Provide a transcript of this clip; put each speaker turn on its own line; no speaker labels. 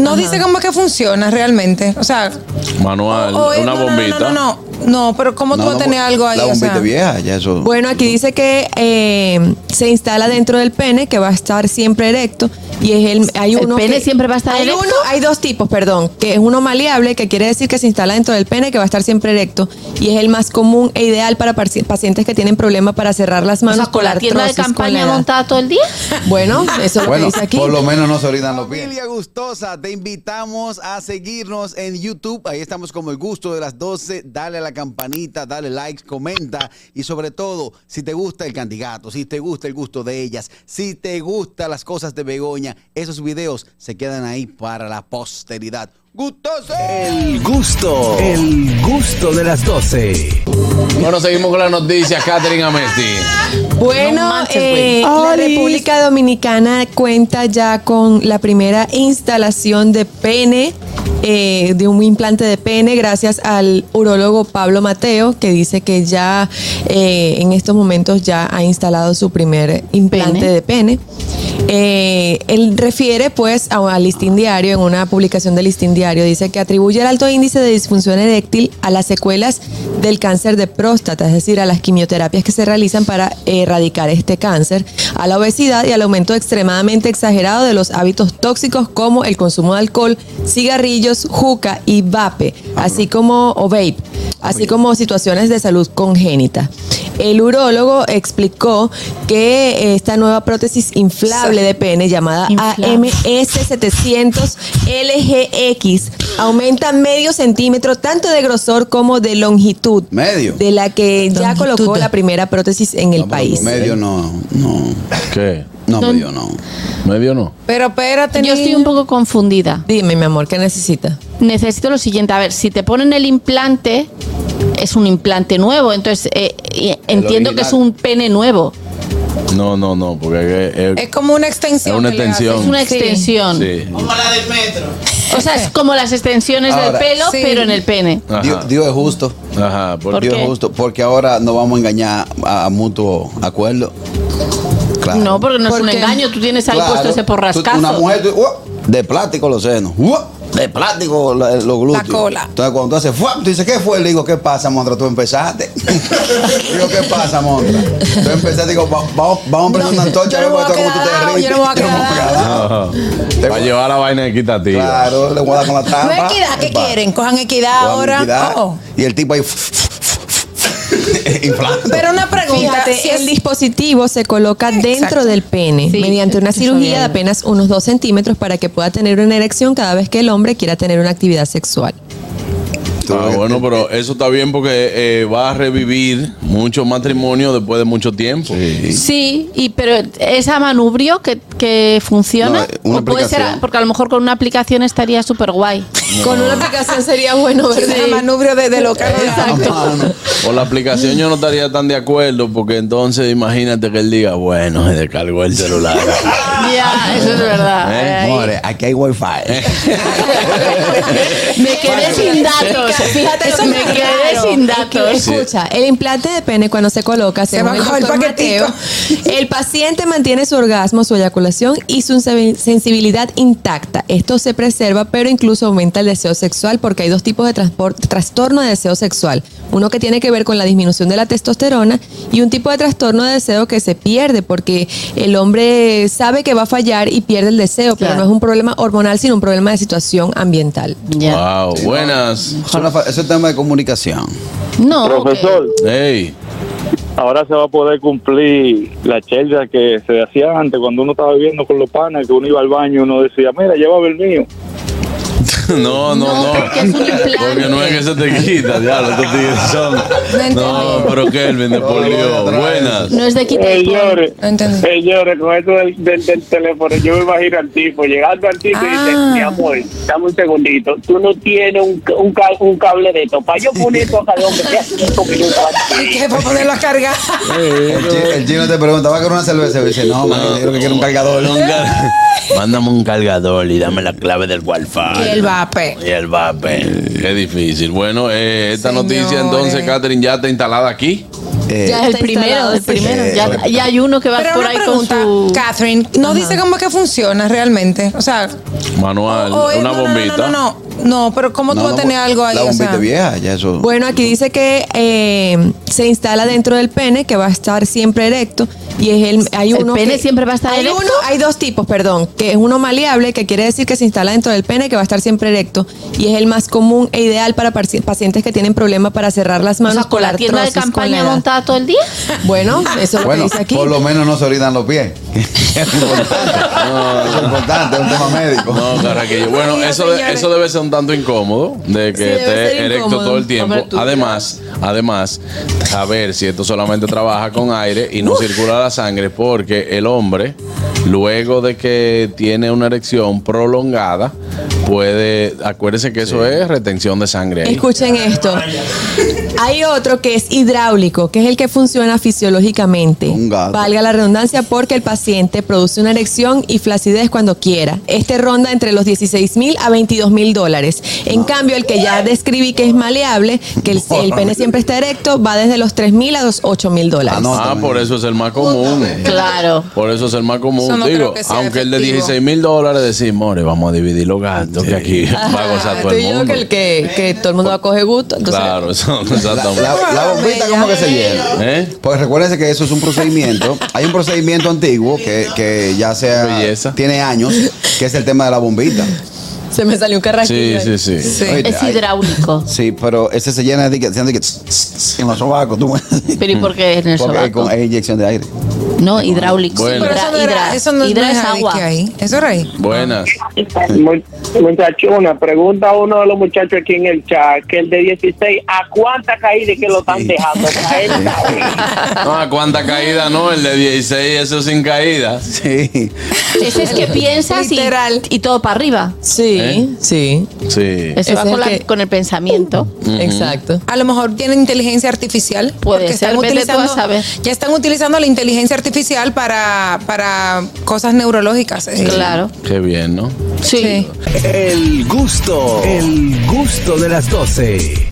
No dice cómo es que funciona realmente. O sea,
Manual,
o es-
una
no, no, no,
bombita.
No, no, no, no, pero ¿cómo tú vas a tener algo ahí?
Ah, La
o
bombita
sea? Pues,
vieja, ya eso.
Bueno, aquí dice que eh, se instala dentro del pene, que va a estar siempre erecto. Y es el, hay
¿El
uno
pene
que-
siempre va a estar
hay
erecto?
uno- hay dos tipos, perdón. Que es uno maleable, que quiere decir que se instala dentro del pene, que va a estar siempre erecto. Y es el más común e ideal para parci- pacientes que tienen problemas para cerrar las
O
manos
sea, con la tienda de
artrosis, con la
campaña
edad.
montada todo el día.
Bueno, eso es lo que
Bueno,
dice aquí.
por lo menos no se orinan los pies.
Familia gustosa, te invitamos a seguirnos en YouTube. Ahí estamos como el gusto de las 12. Dale a la campanita, dale likes, comenta. Y sobre todo, si te gusta el candidato, si te gusta el gusto de ellas, si te gustan las cosas de Begoña, esos videos se quedan ahí para la posteridad. ¡Gustoso!
El gusto, el gusto de las 12.
Bueno, seguimos con la noticia, Catherine Amesti.
Bueno,
No manches,
eh, la República Dominicana cuenta ya con la primera instalación de pene, eh, de un implante de pene, gracias al urólogo Pablo Mateo, que dice que ya eh, en estos momentos ya ha instalado su primer implante
Pene.
de pene. Eh, él refiere pues a- al listín diario, en una publicación del listín diario, dice que atribuye el alto índice de disfunción eréctil a las secuelas del cáncer de próstata, es decir, a las quimioterapias que se realizan para erradicar este cáncer, a la obesidad y al aumento extremadamente exagerado de los hábitos tóxicos como el consumo de alcohol, cigarrillos, juca y vape, así como o vape, así como situaciones de salud congénita. El urólogo explicó que eh, esta nueva prótesis inflable de pene llamada
Inflable.
AMS700 LGX aumenta medio centímetro tanto de grosor como de longitud.
Medio.
De la que ya
Longitud.
colocó la primera prótesis en el
No, pero
país.
Medio no, no.
¿Qué?
No,
Don-
medio no.
¿Medio no?
Pero espérate,
Yo estoy
niño.
un poco confundida.
Dime, mi amor, ¿qué necesita?
Necesito lo siguiente. A ver, si te ponen el implante, es un implante nuevo. Entonces, eh, eh, entiendo que es
original.
un pene nuevo.
No, no, no, porque es, es-
Es como una extensión.
Es una
que le
extensión.
Es
hacen.
una
Sí.
extensión.
sí.
O sea, es como las extensiones
Ahora,
del pelo,
sí.
pero en el pene.
Ajá.
Dios, Dios es justo.
Ajá, por-
¿Por
Dios
qué?
es justo. Porque ahora no vamos a engañar a, a mutuo acuerdo. Claro.
No, porque no es un
Porque-
engaño. Tú tienes ahí
Claro.
puesto ese
Tú-
porrascazo.
Una mujer tú- ¡uah! de plástico los senos. ¡uah! Uh, De plástico la- los glúteos.
cola.
Entonces cuando tú haces ¡fua! tú dices, ¿qué fue? Le digo, ¿qué pasa, Montra? Tú empezaste. digo, ¿qué pasa, Montra? Tú empezaste, digo, va- vamos, vamos a prender una antorcha,
yo no
a
me
ver
voy
cómo
a
tú
quedar
te
dado,
ríes.
yo no me voy a quedar
dado.
Ajá.
Te-
Para llevar la vaina equitativa.
Claro, le voy a dar con la
No
trampa.
equidad, ¿qué
Ah, Va.
quieren? Cojan equidad
Vamos,
ahora.
equidad.
Oh.
Y el tipo ahí inflando.
Pero una pregunta,
Fíjate,
si
el
es-
dispositivo se coloca
Exacto.
dentro del pene
Sí,
mediante una
eso
cirugía
sabía.
de apenas unos 2 centímetros para que pueda tener una erección cada vez que el hombre quiera tener una actividad sexual.
Ah, bueno, pero eso está bien porque eh, va a revivir muchos matrimonios después de mucho tiempo.
Sí, y pero esa manubrio que, que funciona
No, eh, una
o puede ser
aplicación.
porque a lo mejor con una aplicación estaría súper guay.
Con una aplicación sería bueno,
Es
¿verdad?
un manubrio de, de lo que
Mano.
O la aplicación yo no estaría tan de acuerdo porque entonces imagínate que él diga, bueno, se descargó el celular.
ya, eso es
Eh,
verdad. Ahí.
More, aquí hay wifi.
Me quedé sin datos. Fíjate,
Eso
me
es
quedé
claro.
sin
Es que,
datos.
escucha, el implante de pene cuando se coloca,
Se
según
bajó
el
el
doctor
paquetico.
Mateo, el paciente mantiene su orgasmo, su eyaculación y su sensi- sensibilidad intacta. Esto se preserva, pero incluso aumenta el deseo sexual porque hay dos tipos de transpor- trastorno de deseo sexual. Uno que tiene que ver con la disminución de la testosterona y un tipo de trastorno de deseo que se pierde porque el hombre sabe que va a fallar y pierde el deseo, pero
Claro.
no es un problema hormonal, sino un problema de situación ambiental.
Ya.
wow, buenas.
Es una fa- Eso es tema de comunicación.
No,
Profesor,
Hey,
ahora se va a poder cumplir la chelda que se hacía antes cuando uno estaba viviendo con los panes, que uno iba al baño y uno decía, mira, llévame el mío.
no, no,
No,
no.
porque es un implante.
Porque no es que se te quita, ya, los estos tigres son.
entendí.
No, pero Kelvin de polió. Buenas.
que no es de quitar el polo.
Señores,
No entendí.
señores, con esto del, del- del teléfono, yo me imagino al tipo, llegando al tipo y dice,
Ah.
mi amor, dame un segundito, tú no tienes un, ca- un, ca- un cable de esto, para yo poner esto acá de hombre, ya cinco minutos aquí".
Que para ponerlo a cargar.
El, chi- el chino te pregunta, ¿va a querer una cerveza? Y dice, no, man, yo creo que quiero un cargador.
Un car- Mándame un cargador y dame la clave del wifi.
Y el vape.
Y el vape. Qué difícil. Bueno, eh, esta
Señores.
noticia entonces, Catherine, ya está instalada aquí.
Eh,
ya es el
está
primero,
instalado,
el
sí.
primero.
Eh,
ya, ya hay uno que va
Pero
por
una
ahí
pregunta,
con su.
Catherine, ¿no dice cómo es que funciona realmente? O sea,
Manual,
o es-
una
no, no,
bombita.
No, no, no, no, pero ¿cómo
no,
tú vas
no,
a tener
pues,
algo ahí?
La
o
bombita
sea?
vieja, ya eso.
Bueno, aquí dice que eh, se instala dentro del pene, que va a estar siempre erecto. Y es el, hay
¿El
uno
pene
que-
siempre va a estar
hay
erecto?
uno- hay dos tipos, perdón. Que es uno maleable, que quiere decir que se instala dentro del pene, que va a estar siempre erecto. Y es el más común e ideal para parci- pacientes que tienen problemas para cerrar las
o
manos
sea, con la tienda de
artrosis, con la
campaña
edad.
montada todo el día.
Bueno, eso es lo que
Bueno,
dice aquí.
por lo menos no se orinan los pies. es importante. es importante, es un tema médico.
No, Carraquillo. Bueno,
Dios,
eso, de-
señores.
eso debe ser un tanto incómodo, de que
Sí, debe ser
esté erecto
incómodo.
todo el tiempo.
Hombre, tú-
Además, además, saber si esto solamente trabaja con aire y no circula la sangre, porque el hombre, luego de que tiene una erección prolongada, puede, acuérdese que eso es retención de sangre. ahí.
Escuchen esto. Hay otro que es hidráulico, que es el que funciona fisiológicamente.
Un gato.
Valga la redundancia porque el paciente produce una erección y flacidez cuando quiera. Este ronda entre los 16 mil a 22 mil dólares. En cambio, el que ya describí que es maleable, que el, el pene siempre está erecto, va desde los 3 mil a los 8 mil dólares.
Ah, no.
Ah, por eso es el más común.
Claro.
Por eso es el más común,
Eso no creo
digo.
que sea
Aunque el de
efectivo.
16 mil dólares decimos, "More, vamos a dividir los gastos, que aquí va a gozar Ah, todo
Tú
el
y yo
mundo.
que, el que, que todo el mundo va a coger gusto. entonces-
Claro, eso,
La,
exactamente.
la- la bombita como que se llena.
¿Eh?
Pues recuérdense que eso es un procedimiento. Hay un procedimiento antiguo que, que ya sea,
Belleza.
tiene años, que es el tema de la bombita.
Se me salió un
Sí,
carrasquillo.
sí, sí.
Sí.
Oye,
Es
hay-
hidráulico.
Sí, pero ese se llena de que, haciendo que tss, tss, en los sobacos, tú.
Pero ¿y por qué en el
Porque es
sobaco?
con- eh, es inyección de aire.
No, hidráulico.
Bueno.
Pero eso
Hidra,
no era,
hidra.
eso no, no
Hidra
es
es agua.
ahí que hay. Eso era ahí.
Buenas.
Muchachona, pregunta a uno de los muchachos aquí en el chat que el de 16, ¿a cuánta caída es que lo están dejando? A él sabe.
Ah, ¿cuánta caída? No, el de 16, eso sin caída.
Sí.
Ese es que piensas y,
Literal.
y todo para arriba.
Sí,
¿Eh?
sí.
Sí.
Eso
Ese
va
es
con,
el
la-
que-
con el pensamiento.
Exacto.
A lo mejor tiene inteligencia artificial.
Puede
porque
ser, vete tú a saber.
Ya están utilizando la inteligencia artificial para, para cosas neurológicas. eh.
Claro.
Qué bien, ¿no?
Uh. sí.
El gusto, el gusto de las 12.